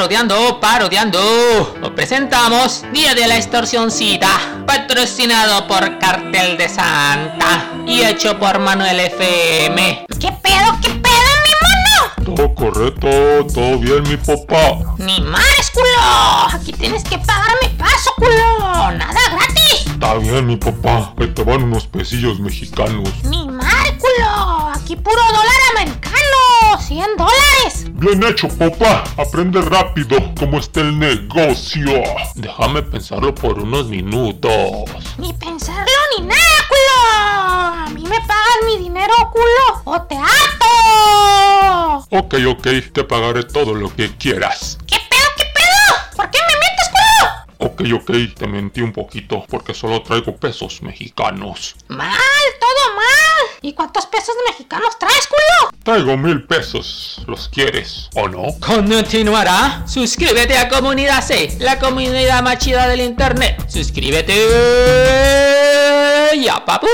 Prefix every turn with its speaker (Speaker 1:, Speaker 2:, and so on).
Speaker 1: Parodiando, parodiando. Os presentamos Día de la Extorsioncita. Patrocinado por Cartel de Santa. Y hecho por Manuel FM.
Speaker 2: ¿Qué pedo, qué pedo, mi mono?
Speaker 3: Todo correcto, todo bien, mi papá.
Speaker 2: Ni más, culo. Aquí tienes que pagarme paso, culo. Nada gratis.
Speaker 3: Está bien, mi papá. Ahí te van unos pesillos mexicanos.
Speaker 2: Ni más, culo. Aquí puro dólar americano. 100 dólares.
Speaker 3: Bien hecho, papá. Aprende rápido cómo está el negocio. Déjame pensarlo por unos minutos.
Speaker 2: Ni pensarlo ni nada, culo. A mí me pagas mi dinero, culo, o te ato.
Speaker 3: Ok, ok. Te pagaré todo lo que quieras.
Speaker 2: ¿Qué pedo, qué pedo? ¿Por qué me metes, culo?
Speaker 3: Ok, ok. Te mentí un poquito porque solo traigo pesos mexicanos.
Speaker 2: Mal, todo mal. ¿Y cuántos pesos mexicanos traes, culo?
Speaker 3: Traigo mil pesos. ¿Los quieres o no?
Speaker 1: Continuará. Suscríbete a Comunidad C, la comunidad más chida del internet. Suscríbete. Ya, papu.